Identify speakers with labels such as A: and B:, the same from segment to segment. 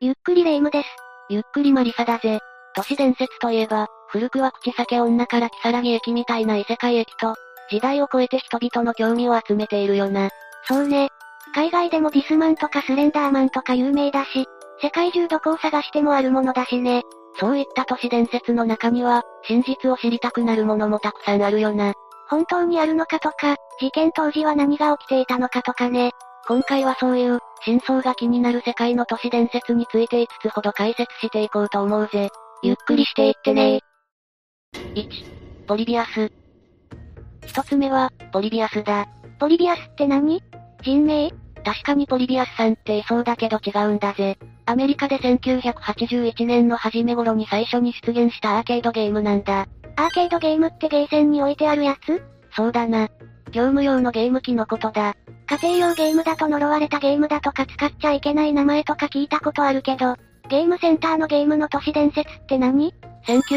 A: ゆっくりレ夢ムです。
B: ゆっくりマリサだぜ。都市伝説といえば、古くは口裂け女から木更木駅みたいな異世界駅と、時代を超えて人々の興味を集めているよな。
A: そうね。海外でもディスマンとかスレンダーマンとか有名だし、世界中どこを探してもあるものだしね。
B: そういった都市伝説の中には、真実を知りたくなるものもたくさんあるよな。
A: 本当にあるのかとか、事件当時は何が起きていたのかとかね。
B: 今回はそういう、真相が気になる世界の都市伝説について5つほど解説していこうと思うぜ。ゆっくりしていってね1、ボリビアス。一つ目は、ボリビアスだ。
A: ボリビアスって何人名
B: 確かにボリビアスさんっていそうだけど違うんだぜ。アメリカで1981年の初め頃に最初に出現したアーケードゲームなんだ。
A: アーケードゲームってゲーセンに置いてあるやつ
B: そうだな。業務用のゲーム機のことだ。
A: 家庭用ゲームだと呪われたゲームだとか使っちゃいけない名前とか聞いたことあるけど、ゲームセンターのゲームの都市伝説って何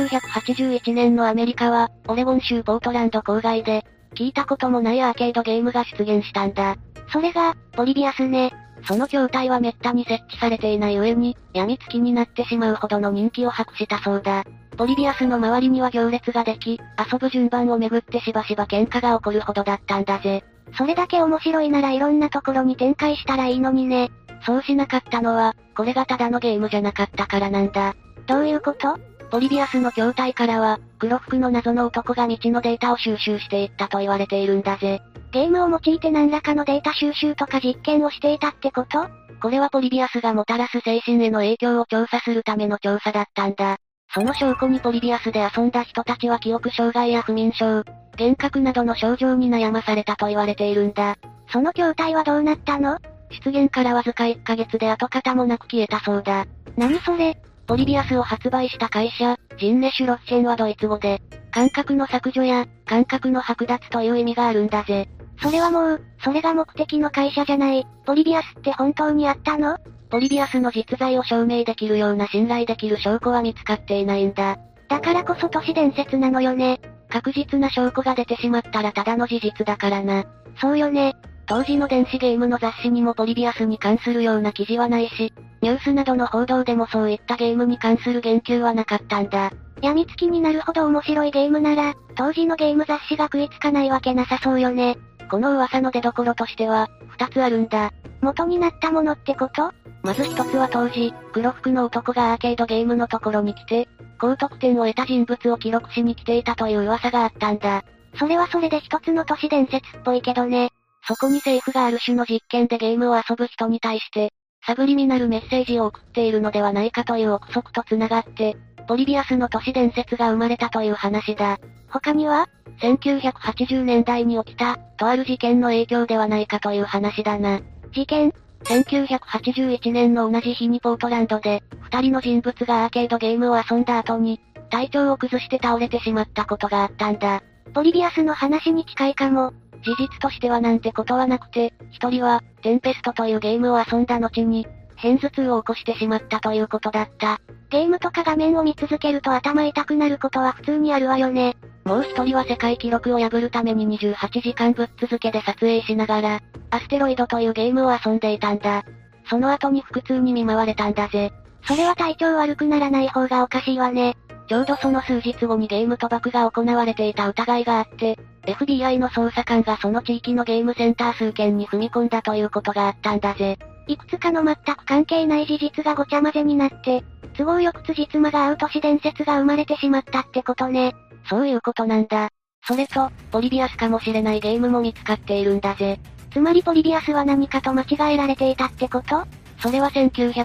B: 1981年のアメリカは、オレゴン州ポートランド郊外で、聞いたこともないアーケードゲームが出現したんだ。
A: それが、ボリビアスね。
B: その筐体は滅多に設置されていない上に、病みつきになってしまうほどの人気を博したそうだ。ボリビアスの周りには行列ができ、遊ぶ順番をめぐってしばしば喧嘩が起こるほどだったんだぜ。
A: それだけ面白いならいろんなところに展開したらいいのにね。
B: そうしなかったのは、これがただのゲームじゃなかったからなんだ。
A: どういうこと
B: ボリビアスの筐体からは、黒服の謎の男が未知のデータを収集していったと言われているんだぜ。
A: ゲームを用いて何らかのデータ収集とか実験をしていたってこと
B: これはポリビアスがもたらす精神への影響を調査するための調査だったんだ。その証拠にポリビアスで遊んだ人たちは記憶障害や不眠症、幻覚などの症状に悩まされたと言われているんだ。
A: その筐体はどうなったの
B: 出現からわずか1ヶ月で跡形もなく消えたそうだ。
A: 何それ
B: ポリビアスを発売した会社、ジンネシュロッシェンはドイツ語で、感覚の削除や、感覚の剥奪という意味があるんだぜ。
A: それはもう、それが目的の会社じゃない。ボリビアスって本当にあったの
B: ポリビアスの実在を証明できるような信頼できる証拠は見つかっていないんだ。
A: だからこそ都市伝説なのよね。
B: 確実な証拠が出てしまったらただの事実だからな。
A: そうよね。
B: 当時の電子ゲームの雑誌にもポリビアスに関するような記事はないし、ニュースなどの報道でもそういったゲームに関する言及はなかったんだ。
A: 病みつきになるほど面白いゲームなら、当時のゲーム雑誌が食いつかないわけなさそうよね。
B: この噂の出所としては、二つあるんだ。
A: 元になったものってこと
B: まず一つは当時、黒服の男がアーケードゲームのところに来て、高得点を得た人物を記録しに来ていたという噂があったんだ。
A: それはそれで一つの都市伝説っぽいけどね。
B: そこに政府がある種の実験でゲームを遊ぶ人に対して、サブリミナルメッセージを送っているのではないかという憶測と繋がって、ボリビアスの都市伝説が生まれたという話だ。
A: 他には
B: 1980年代に起きた、とある事件の影響ではないかという話だな。
A: 事件、
B: 1981年の同じ日にポートランドで、二人の人物がアーケードゲームを遊んだ後に、体調を崩して倒れてしまったことがあったんだ。
A: ボリビアスの話に近いかも。
B: 事実としてはなんてことはなくて、一人は、テンペストというゲームを遊んだ後に、偏頭痛を起こしてしまったということだった。
A: ゲームとか画面を見続けると頭痛くなることは普通にあるわよね。
B: もう一人は世界記録を破るために28時間ぶっ続けで撮影しながら、アステロイドというゲームを遊んでいたんだ。その後に腹痛に見舞われたんだぜ。
A: それは体調悪くならない方がおかしいわね。
B: ちょうどその数日後にゲーム賭博が行われていた疑いがあって、FBI の捜査官がその地域のゲームセンター数件に踏み込んだということがあったんだぜ。
A: いくつかの全く関係ない事実がごちゃ混ぜになって、都合よく辻褄が合う都市伝説が生まれてしまったってことね。
B: そういうことなんだ。それと、ボリビアスかもしれないゲームも見つかっているんだぜ。
A: つまりポリビアスは何かと間違えられていたってこと
B: それは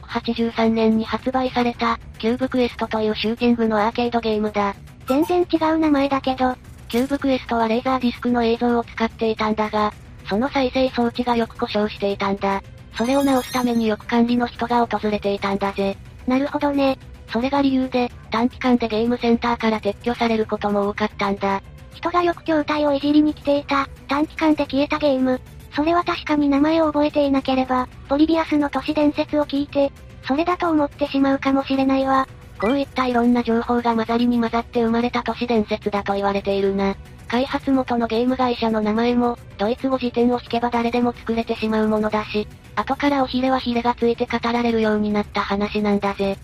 B: 1983年に発売された、キューブクエストというシューティングのアーケードゲームだ。
A: 全然違う名前だけど、
B: キューブクエストはレーザーディスクの映像を使っていたんだが、その再生装置がよく故障していたんだ。それを直すためによく管理の人が訪れていたんだぜ。
A: なるほどね。
B: それが理由で、短期間でゲームセンターから撤去されることも多かったんだ。
A: 人がよく筐体をいじりに来ていた、短期間で消えたゲーム。それは確かに名前を覚えていなければ、ボリビアスの都市伝説を聞いて、それだと思ってしまうかもしれないわ。
B: こういったいろんな情報が混ざりに混ざって生まれた都市伝説だと言われているな。開発元のゲーム会社の名前も、ドイツ語辞典を引けば誰でも作れてしまうものだし、後からおひれはひれがついて語られるようになった話なんだぜ。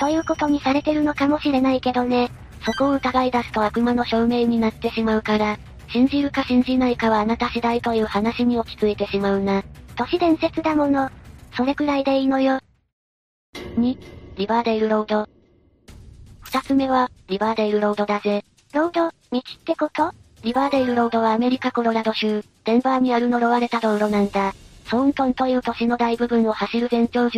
A: ということにされてるのかもしれないけどね。
B: そこを疑い出すと悪魔の証明になってしまうから、信じるか信じないかはあなた次第という話に落ち着いてしまうな。
A: 都市伝説だもの。それくらいでいいのよ。
B: 2、リバーデイルロード。二つ目は、リバーデイルロードだぜ。
A: ロード、道ってこと
B: リバーデイルロードはアメリカコロラド州、デンバーにある呪われた道路なんだ。ソーントンという都市の大部分を走る全長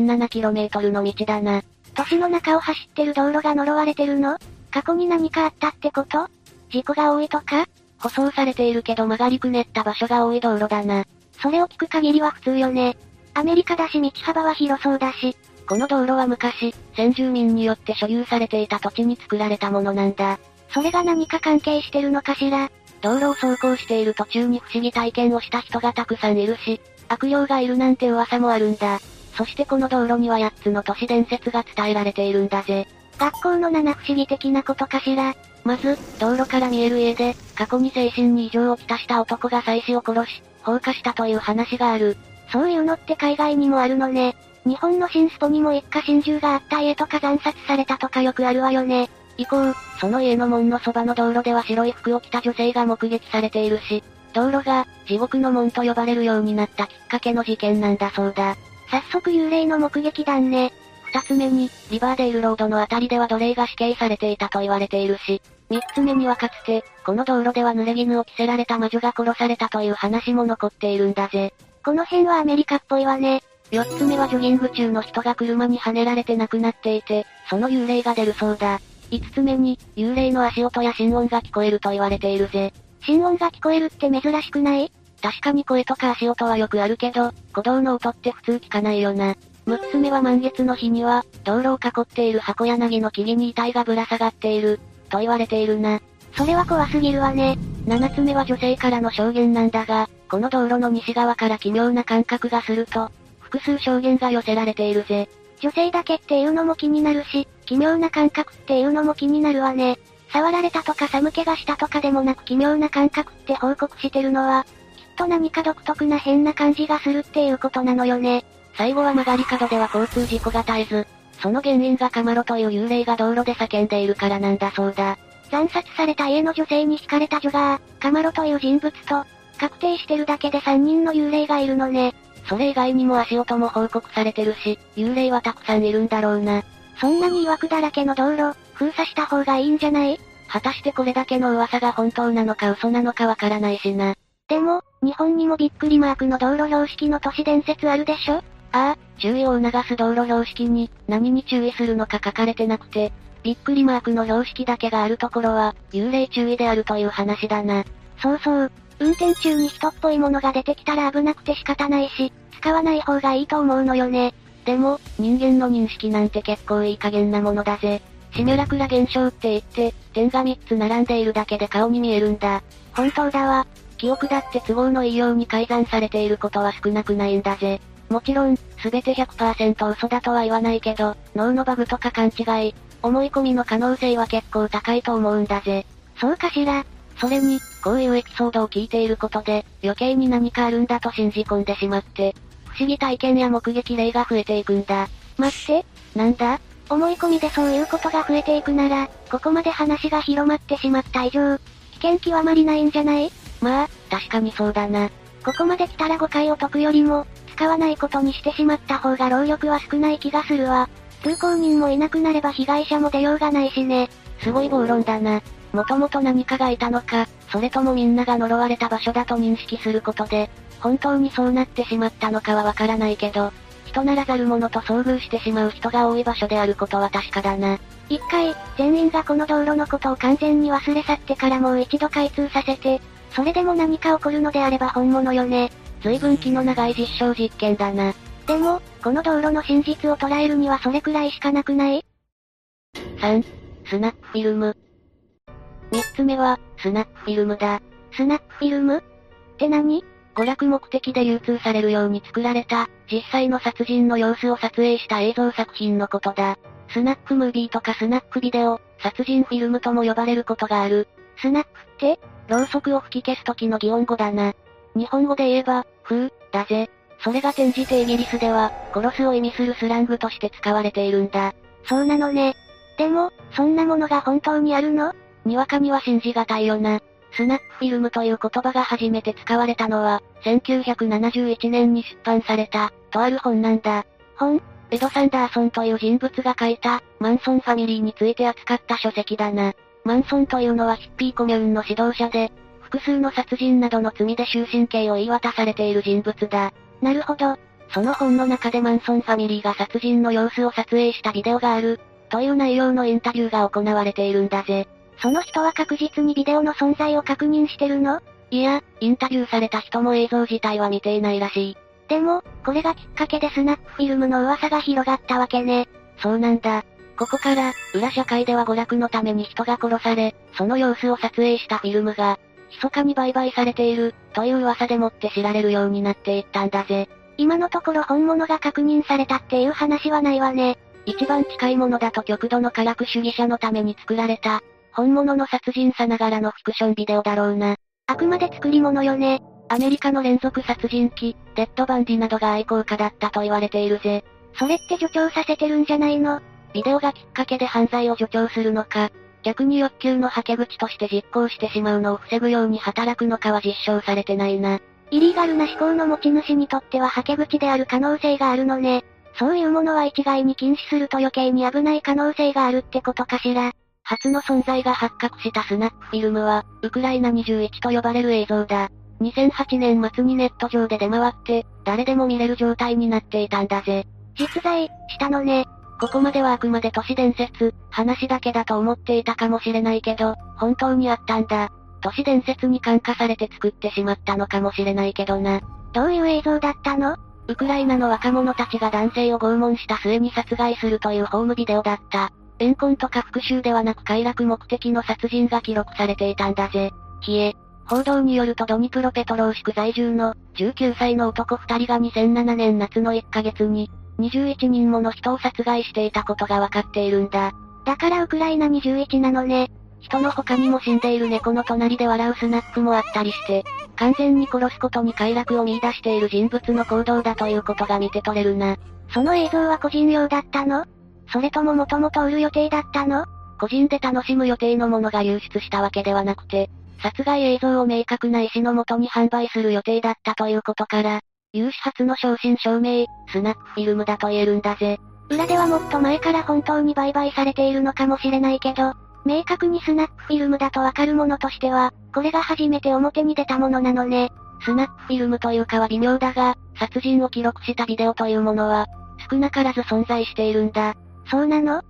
B: 17.7km の道だな。
A: 都市の中を走ってる道路が呪われてるの過去に何かあったってこと事故が多いとか
B: 舗装されているけど曲がりくねった場所が多い道路だな。
A: それを聞く限りは普通よね。アメリカだし道幅は広そうだし、
B: この道路は昔、先住民によって所有されていた土地に作られたものなんだ。
A: それが何か関係してるのかしら
B: 道路を走行している途中に不思議体験をした人がたくさんいるし、悪霊がいるなんて噂もあるんだ。そしてこの道路には8つの都市伝説が伝えられているんだぜ。
A: 学校の七不思議的なことかしら
B: まず、道路から見える家で、過去に精神に異常をきたした男が妻子を殺し、放火したという話がある。
A: そういうのって海外にもあるのね。日本の新スポにも一家心中があった家とか惨殺されたとかよくあるわよね。
B: 以降、その家の門のそばの道路では白い服を着た女性が目撃されているし、道路が地獄の門と呼ばれるようになったきっかけの事件なんだそうだ。
A: 早速幽霊の目撃談ね。
B: 二つ目に、リバーデイルロードのあたりでは奴隷が死刑されていたと言われているし、三つ目にはかつて、この道路では濡れ衣を着せられた魔女が殺されたという話も残っているんだぜ。
A: この辺はアメリカっぽいわね。
B: 四つ目はジョギング中の人が車に跳ねられて亡くなっていて、その幽霊が出るそうだ。五つ目に、幽霊の足音や心音が聞こえると言われているぜ。
A: 心音が聞こえるって珍しくない
B: 確かに声とか足音はよくあるけど、鼓動の音って普通聞かないよな。六つ目は満月の日には、道路を囲っている箱柳の木々に遺体がぶら下がっている、と言われているな。
A: それは怖すぎるわね。
B: 七つ目は女性からの証言なんだが、この道路の西側から奇妙な感覚がすると、複数証言が寄せられているぜ。
A: 女性だけっていうのも気になるし、奇妙な感覚っていうのも気になるわね。触られたとか寒気がしたとかでもなく奇妙な感覚って報告してるのは、きっと何か独特な変な感じがするっていうことなのよね。
B: 最後は曲がり角では交通事故が絶えず、その原因がカマロという幽霊が道路で叫んでいるからなんだそうだ。
A: 惨殺された家の女性に惹かれたジョガー、カマロという人物と、確定してるだけで3人の幽霊がいるのね。
B: それ以外にも足音も報告されてるし、幽霊はたくさんいるんだろうな。
A: そんなに曰くだらけの道路、封鎖した方がいいんじゃない
B: 果たしてこれだけの噂が本当なのか嘘なのかわからないしな。
A: でも、日本にもびっくりマークの道路標識の都市伝説あるでしょ
B: ああ、注意を促す道路標識に、何に注意するのか書かれてなくて、びっくりマークの標識だけがあるところは、幽霊注意であるという話だな。
A: そうそう、運転中に人っぽいものが出てきたら危なくて仕方ないし、使わない方がいいと思うのよね。
B: でも、人間の認識なんて結構いい加減なものだぜ。シミュラクラ現象って言って、点が3つ並んでいるだけで顔に見えるんだ。
A: 本当だわ。
B: 記憶だって都合のいいように改ざんされていることは少なくないんだぜ。もちろん、すべて100%嘘だとは言わないけど、脳のバグとか勘違い、思い込みの可能性は結構高いと思うんだぜ。
A: そうかしら。
B: それに、こういうエピソードを聞いていることで、余計に何かあるんだと信じ込んでしまって、不思議体験や目撃例が増えていくんだ。
A: 待って、
B: なんだ
A: 思い込みでそういうことが増えていくなら、ここまで話が広まってしまった以上、危険極まりないんじゃない
B: まあ、確かにそうだな。
A: ここまで来たら誤解を解くよりも、使わないことにしてしまった方が労力は少ない気がするわ。通行人もいなくなれば被害者も出ようがないしね。
B: すごい暴論だな。もともと何かがいたのか、それともみんなが呪われた場所だと認識することで、本当にそうなってしまったのかはわからないけど、人ならざる者と遭遇してしまう人が多い場所であることは確かだな。
A: 一回、全員がこの道路のことを完全に忘れ去ってからもう一度開通させて、それでも何か起こるのであれば本物よね。
B: 随分気の長い実証実験だな。
A: でも、この道路の真実を捉えるにはそれくらいしかなくない
B: ?3、スナップフィルム。三つ目は、スナップフィルムだ。
A: スナップフィルムって何
B: 娯楽目的で流通されるように作られた、実際の殺人の様子を撮影した映像作品のことだ。スナックムービーとかスナックビデオ、殺人フィルムとも呼ばれることがある。
A: スナックって
B: ろうそくを吹き消す時の擬音語だな。日本語で言えば、ふう、だぜ。それが転じてイギリスでは、殺すを意味するスラングとして使われているんだ。
A: そうなのね。でも、そんなものが本当にあるの
B: にわかには信じがたいよな。スナックフィルムという言葉が初めて使われたのは、1971年に出版された、とある本なんだ。
A: 本
B: エド・サンダーソンという人物が書いた、マンソンファミリーについて扱った書籍だな。マンソンというのはヒッピーコミューンの指導者で、複数の殺人などの罪で終身刑を言い渡されている人物だ。
A: なるほど。
B: その本の中でマンソンファミリーが殺人の様子を撮影したビデオがある、という内容のインタビューが行われているんだぜ。
A: その人は確実にビデオの存在を確認してるの
B: いや、インタビューされた人も映像自体は見ていないらしい。
A: でも、これがきっかけでスナックフィルムの噂が広がったわけね。
B: そうなんだ。ここから、裏社会では娯楽のために人が殺され、その様子を撮影したフィルムが、密かに売買されている、という噂でもって知られるようになっていったんだぜ。
A: 今のところ本物が確認されたっていう話はないわね。
B: 一番近いものだと極度の科学主義者のために作られた、本物の殺人さながらのフィクションビデオだろうな。
A: あくまで作り物よね。
B: アメリカの連続殺人鬼、デッドバンディなどが愛好家だったと言われているぜ。
A: それって助長させてるんじゃないの
B: ビデオがきっかけで犯罪を助長するのか、逆に欲求のはけ口として実行してしまうのを防ぐように働くのかは実証されてないな。
A: イリーガルな思考の持ち主にとってははけ口である可能性があるのね。そういうものは一概に禁止すると余計に危ない可能性があるってことかしら。
B: 初の存在が発覚したスナックフィルムは、ウクライナ21と呼ばれる映像だ。2008年末にネット上で出回って、誰でも見れる状態になっていたんだぜ。
A: 実在、したのね。
B: ここまではあくまで都市伝説、話だけだと思っていたかもしれないけど、本当にあったんだ。都市伝説に感化されて作ってしまったのかもしれないけどな。
A: どういう映像だったの
B: ウクライナの若者たちが男性を拷問した末に殺害するというホームビデオだった。怨恨とか復讐ではなく快楽目的の殺人が記録されていたんだぜ。ひえ。報道によるとドニプロペトローシク在住の19歳の男2人が2007年夏の1ヶ月に21人もの人を殺害していたことがわかっているんだ。
A: だからウクライナ21なのね。
B: 人の他にも死んでいる猫の隣で笑うスナックもあったりして、完全に殺すことに快楽を見出している人物の行動だということが見て取れるな。
A: その映像は個人用だったのそれとももともと売る予定だったの
B: 個人で楽しむ予定のものが流出したわけではなくて、殺害映像を明確な意思のもとに販売する予定だったということから、有始発の正真正銘、スナックフィルムだと言えるんだぜ。
A: 裏ではもっと前から本当に売買されているのかもしれないけど、明確にスナックフィルムだとわかるものとしては、これが初めて表に出たものなのね。
B: スナックフィルムというかは微妙だが、殺人を記録したビデオというものは、少なからず存在しているんだ。
A: そうなの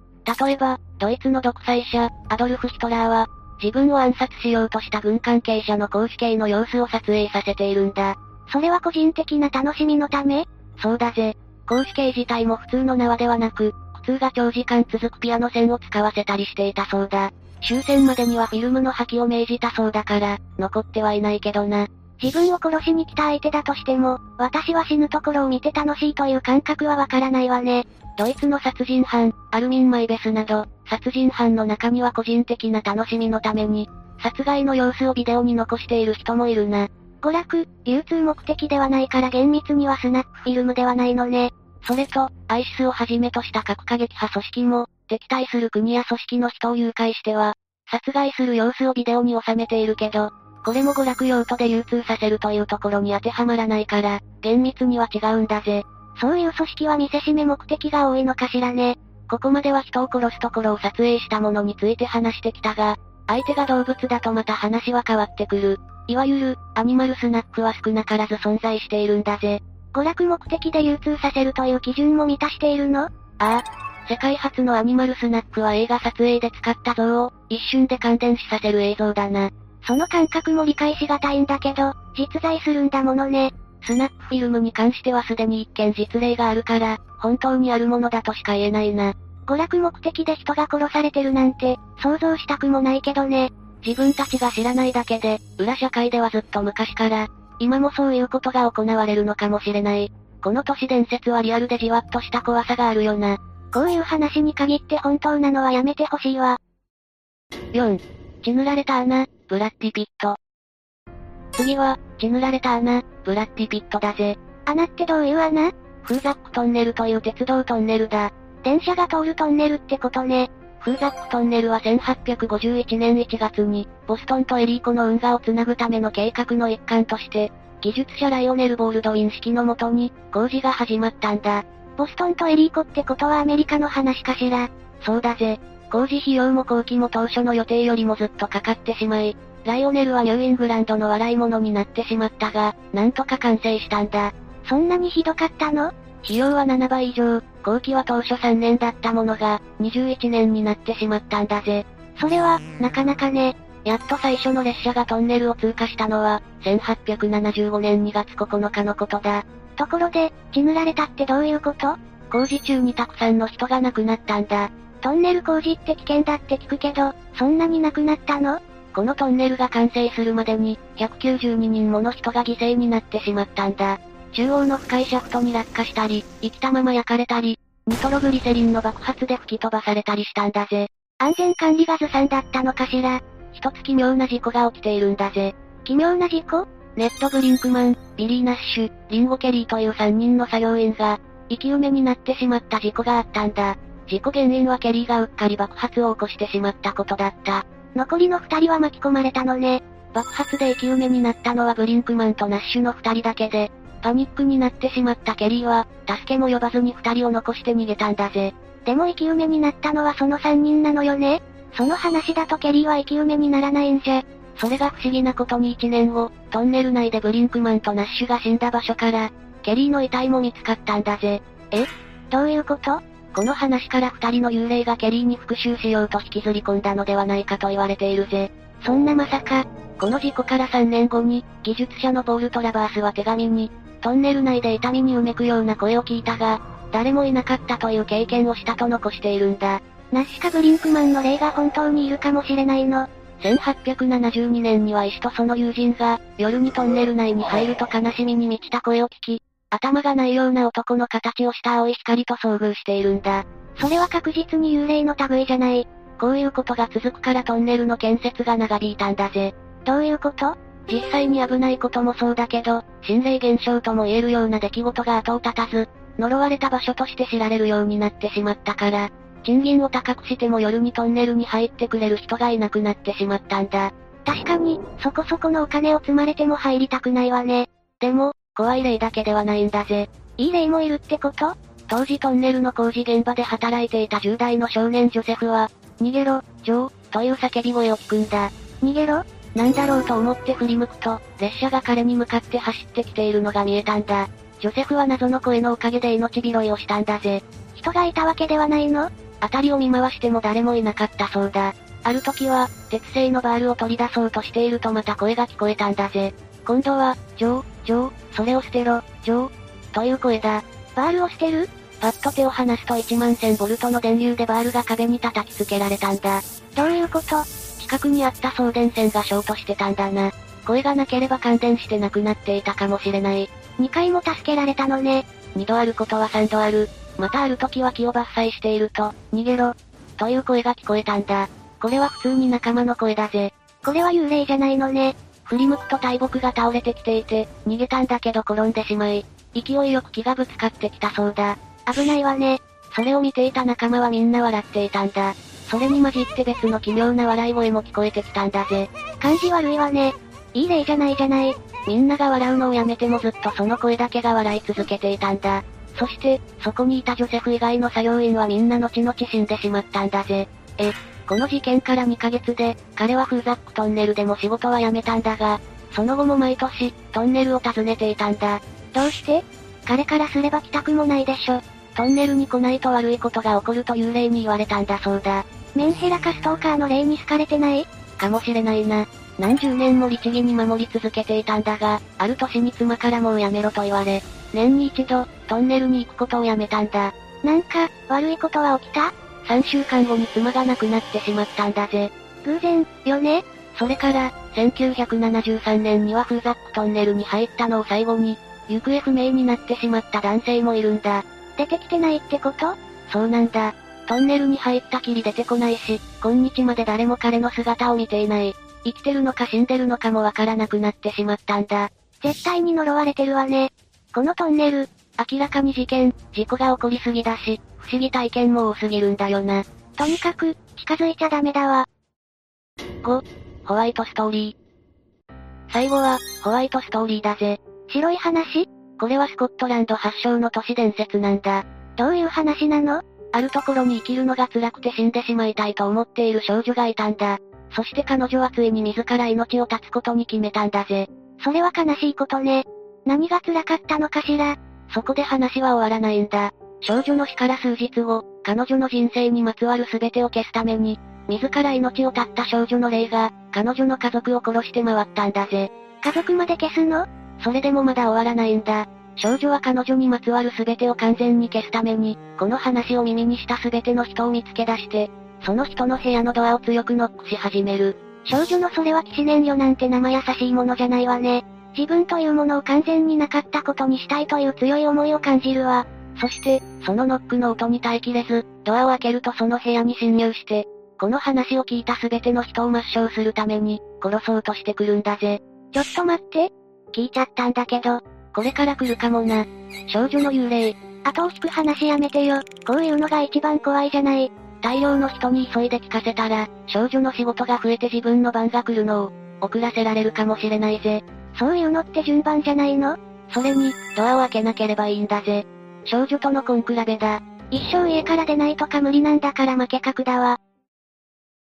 B: 例えば、ドイツの独裁者、アドルフ・ヒトラーは、自分を暗殺しようとした軍関係者の公主刑の様子を撮影させているんだ。
A: それは個人的な楽しみのため
B: そうだぜ。公主刑自体も普通の縄ではなく、苦痛が長時間続くピアノ線を使わせたりしていたそうだ。終戦までにはフィルムの破棄を命じたそうだから、残ってはいないけどな。
A: 自分を殺しに来た相手だとしても、私は死ぬところを見て楽しいという感覚はわからないわね。
B: ドイツの殺人犯、アルミン・マイベスなど、殺人犯の中には個人的な楽しみのために、殺害の様子をビデオに残している人もいるな。
A: 娯楽、流通目的ではないから厳密にはスナックフィルムではないのね。
B: それと、アイシスをはじめとした核過激派組織も、敵対する国や組織の人を誘拐しては、殺害する様子をビデオに収めているけど、これも娯楽用途で流通させるというところに当てはまらないから、厳密には違うんだぜ。
A: そういう組織は見せしめ目的が多いのかしらね。
B: ここまでは人を殺すところを撮影したものについて話してきたが、相手が動物だとまた話は変わってくる。いわゆる、アニマルスナックは少なからず存在しているんだぜ。
A: 娯楽目的で流通させるという基準も満たしているのあ
B: あ。世界初のアニマルスナックは映画撮影で使った像を、一瞬で感電死させる映像だな。
A: その感覚も理解しがたいんだけど、実在するんだものね。
B: スナックフィルムに関してはすでに一件実例があるから、本当にあるものだとしか言えないな。
A: 娯楽目的で人が殺されてるなんて、想像したくもないけどね。
B: 自分たちが知らないだけで、裏社会ではずっと昔から、今もそういうことが行われるのかもしれない。この都市伝説はリアルでじわっとした怖さがあるよな。
A: こういう話に限って本当なのはやめてほしいわ。
B: 4、血塗られた穴、ブラッディピット。次は、血塗られた穴、ブラッディピットだぜ。
A: 穴ってどういう穴
B: フーザックトンネルという鉄道トンネルだ。
A: 電車が通るトンネルってことね。
B: フーザックトンネルは1851年1月に、ボストンとエリーコの運河をつなぐための計画の一環として、技術者ライオネル・ボールドウィン式のもとに、工事が始まったんだ。
A: ボストンとエリーコってことはアメリカの話かしら。
B: そうだぜ。工事費用も工期も当初の予定よりもずっとかかってしまい、ライオネルはニューイングランドの笑い者になってしまったが、なんとか完成したんだ。
A: そんなにひどかったの
B: 費用は7倍以上、工期は当初3年だったものが、21年になってしまったんだぜ。
A: それは、なかなかね。
B: やっと最初の列車がトンネルを通過したのは、1875年2月9日のことだ。
A: ところで、血塗られたってどういうこと
B: 工事中にたくさんの人が亡くなったんだ。
A: トンネル工事って危険だって聞くけど、そんなに亡くなったの
B: このトンネルが完成するまでに、192人もの人が犠牲になってしまったんだ。中央の深いシャフトに落下したり、生きたまま焼かれたり、ニトログリセリンの爆発で吹き飛ばされたりしたんだぜ。
A: 安全管理がずさんだったのかしら。
B: 一つ奇妙な事故が起きているんだぜ。
A: 奇妙な事故
B: ネット・ブリンクマン、ビリー・ナッシュ、リンゴ・ケリーという3人の作業員が、生き埋めになってしまった事故があったんだ。事故原因はケリーがうっかり爆発を起こしてしまったことだった。
A: 残りの2人は巻き込まれたのね。
B: 爆発で生き埋めになったのはブリンクマンとナッシュの2人だけで、パニックになってしまったケリーは、助けも呼ばずに2人を残して逃げたんだぜ。
A: でも生き埋めになったのはその3人なのよね。その話だとケリーは生き埋めにならないんじゃ。
B: それが不思議なことに1年後、トンネル内でブリンクマンとナッシュが死んだ場所から、ケリーの遺体も見つかったんだぜ。
A: えどういうこと
B: この話から二人の幽霊がケリーに復讐しようと引きずり込んだのではないかと言われているぜ。
A: そんなまさか、
B: この事故から3年後に、技術者のポール・トラバースは手紙に、トンネル内で痛みにうめくような声を聞いたが、誰もいなかったという経験をしたと残しているんだ。
A: ナッシュかブリンクマンの霊が本当にいるかもしれないの。
B: 1872年には医師とその友人が、夜にトンネル内に入ると悲しみに満ちた声を聞き、頭がないような男の形をした青い光と遭遇しているんだ。
A: それは確実に幽霊の類じゃない。
B: こういうことが続くからトンネルの建設が長引いたんだぜ。
A: どういうこと
B: 実際に危ないこともそうだけど、心霊現象とも言えるような出来事が後を絶たず、呪われた場所として知られるようになってしまったから、賃金を高くしても夜にトンネルに入ってくれる人がいなくなってしまったんだ。
A: 確かに、そこそこのお金を積まれても入りたくないわね。
B: でも、怖い例だけではないんだぜ。
A: いい例もいるってこと
B: 当時トンネルの工事現場で働いていた10代の少年ジョセフは、逃げろ、ジョー、という叫び声を聞くんだ。
A: 逃げろ
B: なんだろうと思って振り向くと、列車が彼に向かって走ってきているのが見えたんだ。ジョセフは謎の声のおかげで命拾いをしたんだぜ。
A: 人がいたわけではないの
B: 辺りを見回しても誰もいなかったそうだ。ある時は、鉄製のバールを取り出そうとしているとまた声が聞こえたんだぜ。今度は、ジョー、ジョー、それを捨てろ、ジョー、という声だ。
A: バールを捨てる
B: パッと手を離すと1万1000ボルトの電流でバールが壁に叩きつけられたんだ。
A: どういうこと
B: 近くにあった送電線がショートしてたんだな。声がなければ感電してなくなっていたかもしれない。
A: 2回も助けられたのね。
B: 2度あることは3度ある。またある時は木を伐採していると、逃げろ、という声が聞こえたんだ。これは普通に仲間の声だぜ。
A: これは幽霊じゃないのね。
B: 振り向くと大木が倒れてきていて、逃げたんだけど転んでしまい、勢いよく木がぶつかってきたそうだ。
A: 危ないわね。
B: それを見ていた仲間はみんな笑っていたんだ。それに混じって別の奇妙な笑い声も聞こえてきたんだぜ。
A: 感じ悪いわね。いい例じゃないじゃない。
B: みんなが笑うのをやめてもずっとその声だけが笑い続けていたんだ。そして、そこにいたジョセフ以外の作業員はみんな後々死んでしまったんだぜ。え、この事件から2ヶ月で、彼はフーザックトンネルでも仕事は辞めたんだが、その後も毎年、トンネルを訪ねていたんだ。
A: どうして彼からすれば来たくもないでしょ。
B: トンネルに来ないと悪いことが起こると幽霊に言われたんだそうだ。
A: メンヘラかストーカーの霊に好かれてない
B: かもしれないな。何十年も律儀に守り続けていたんだが、ある年に妻からもうやめろと言われ、年に一度、トンネルに行くことをやめたんだ。
A: なんか、悪いことは起きた
B: ?3 週間後に妻が亡くなってしまったんだぜ。
A: 偶然、よね
B: それから、1973年にはフーザックトンネルに入ったのを最後に、行方不明になってしまった男性もいるんだ。
A: 出てきてないってこと
B: そうなんだ。トンネルに入ったきり出てこないし、今日まで誰も彼の姿を見ていない。生きてるのか死んでるのかもわからなくなってしまったんだ。
A: 絶対に呪われてるわね。このトンネル、
B: 明らかに事件、事故が起こりすぎだし、不思議体験も多すぎるんだよな。
A: とにかく、近づいちゃダメだわ。
B: 5、ホワイトストーリー。最後は、ホワイトストーリーだぜ。
A: 白い話
B: これはスコットランド発祥の都市伝説なんだ。
A: どういう話なの
B: あるところに生きるのが辛くて死んでしまいたいと思っている少女がいたんだ。そして彼女はついに自ら命を絶つことに決めたんだぜ。
A: それは悲しいことね。何が辛かったのかしら。
B: そこで話は終わらないんだ。少女の死から数日後、彼女の人生にまつわる全てを消すために、自ら命を絶った少女の霊が、彼女の家族を殺して回ったんだぜ。
A: 家族まで消すの
B: それでもまだ終わらないんだ。少女は彼女にまつわる全てを完全に消すために、この話を耳にした全ての人を見つけ出して、その人の部屋のドアを強くノックし始める。
A: 少女のそれは騎士燃料なんて生優しいものじゃないわね。自分というものを完全になかったことにしたいという強い思いを感じるわ。
B: そして、そのノックの音に耐えきれず、ドアを開けるとその部屋に侵入して、この話を聞いた全ての人を抹消するために、殺そうとしてくるんだぜ。
A: ちょっと待って。聞いちゃったんだけど、
B: これから来るかもな。少女の幽霊。
A: 後を引く話やめてよ。こういうのが一番怖いじゃない。
B: 大量の人に急いで聞かせたら、少女の仕事が増えて自分の番が来るのを、遅らせられるかもしれないぜ。
A: そういうのって順番じゃないの
B: それに、ドアを開けなければいいんだぜ。少女との根比べだ。
A: 一生家から出ないとか無理なんだから負け格だわ。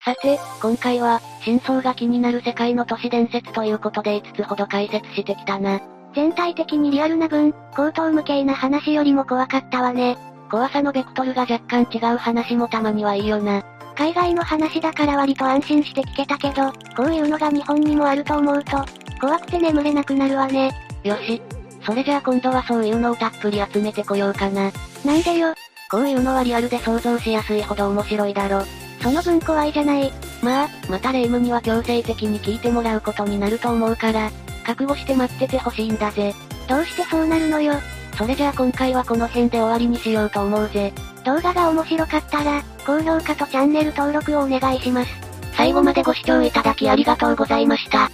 B: さて、今回は、真相が気になる世界の都市伝説ということで5つほど解説してきたな。
A: 全体的にリアルな分、口頭無形な話よりも怖かったわね。
B: 怖さのベクトルが若干違う話もたまにはいいよな。
A: 海外の話だから割と安心して聞けたけど、こういうのが日本にもあると思うと、怖くて眠れなくなるわね。
B: よし。それじゃあ今度はそういうのをたっぷり集めてこようかな。
A: なんでよ。
B: こういうのはリアルで想像しやすいほど面白いだろ。
A: その分怖いじゃない。
B: まあ、また霊夢には強制的に聞いてもらうことになると思うから、覚悟して待っててほしいんだぜ。
A: どうしてそうなるのよ。
B: それじゃあ今回はこの辺で終わりにしようと思うぜ。
A: 動画が面白かったら、高評価とチャンネル登録をお願いします。
B: 最後までご視聴いただきありがとうございました。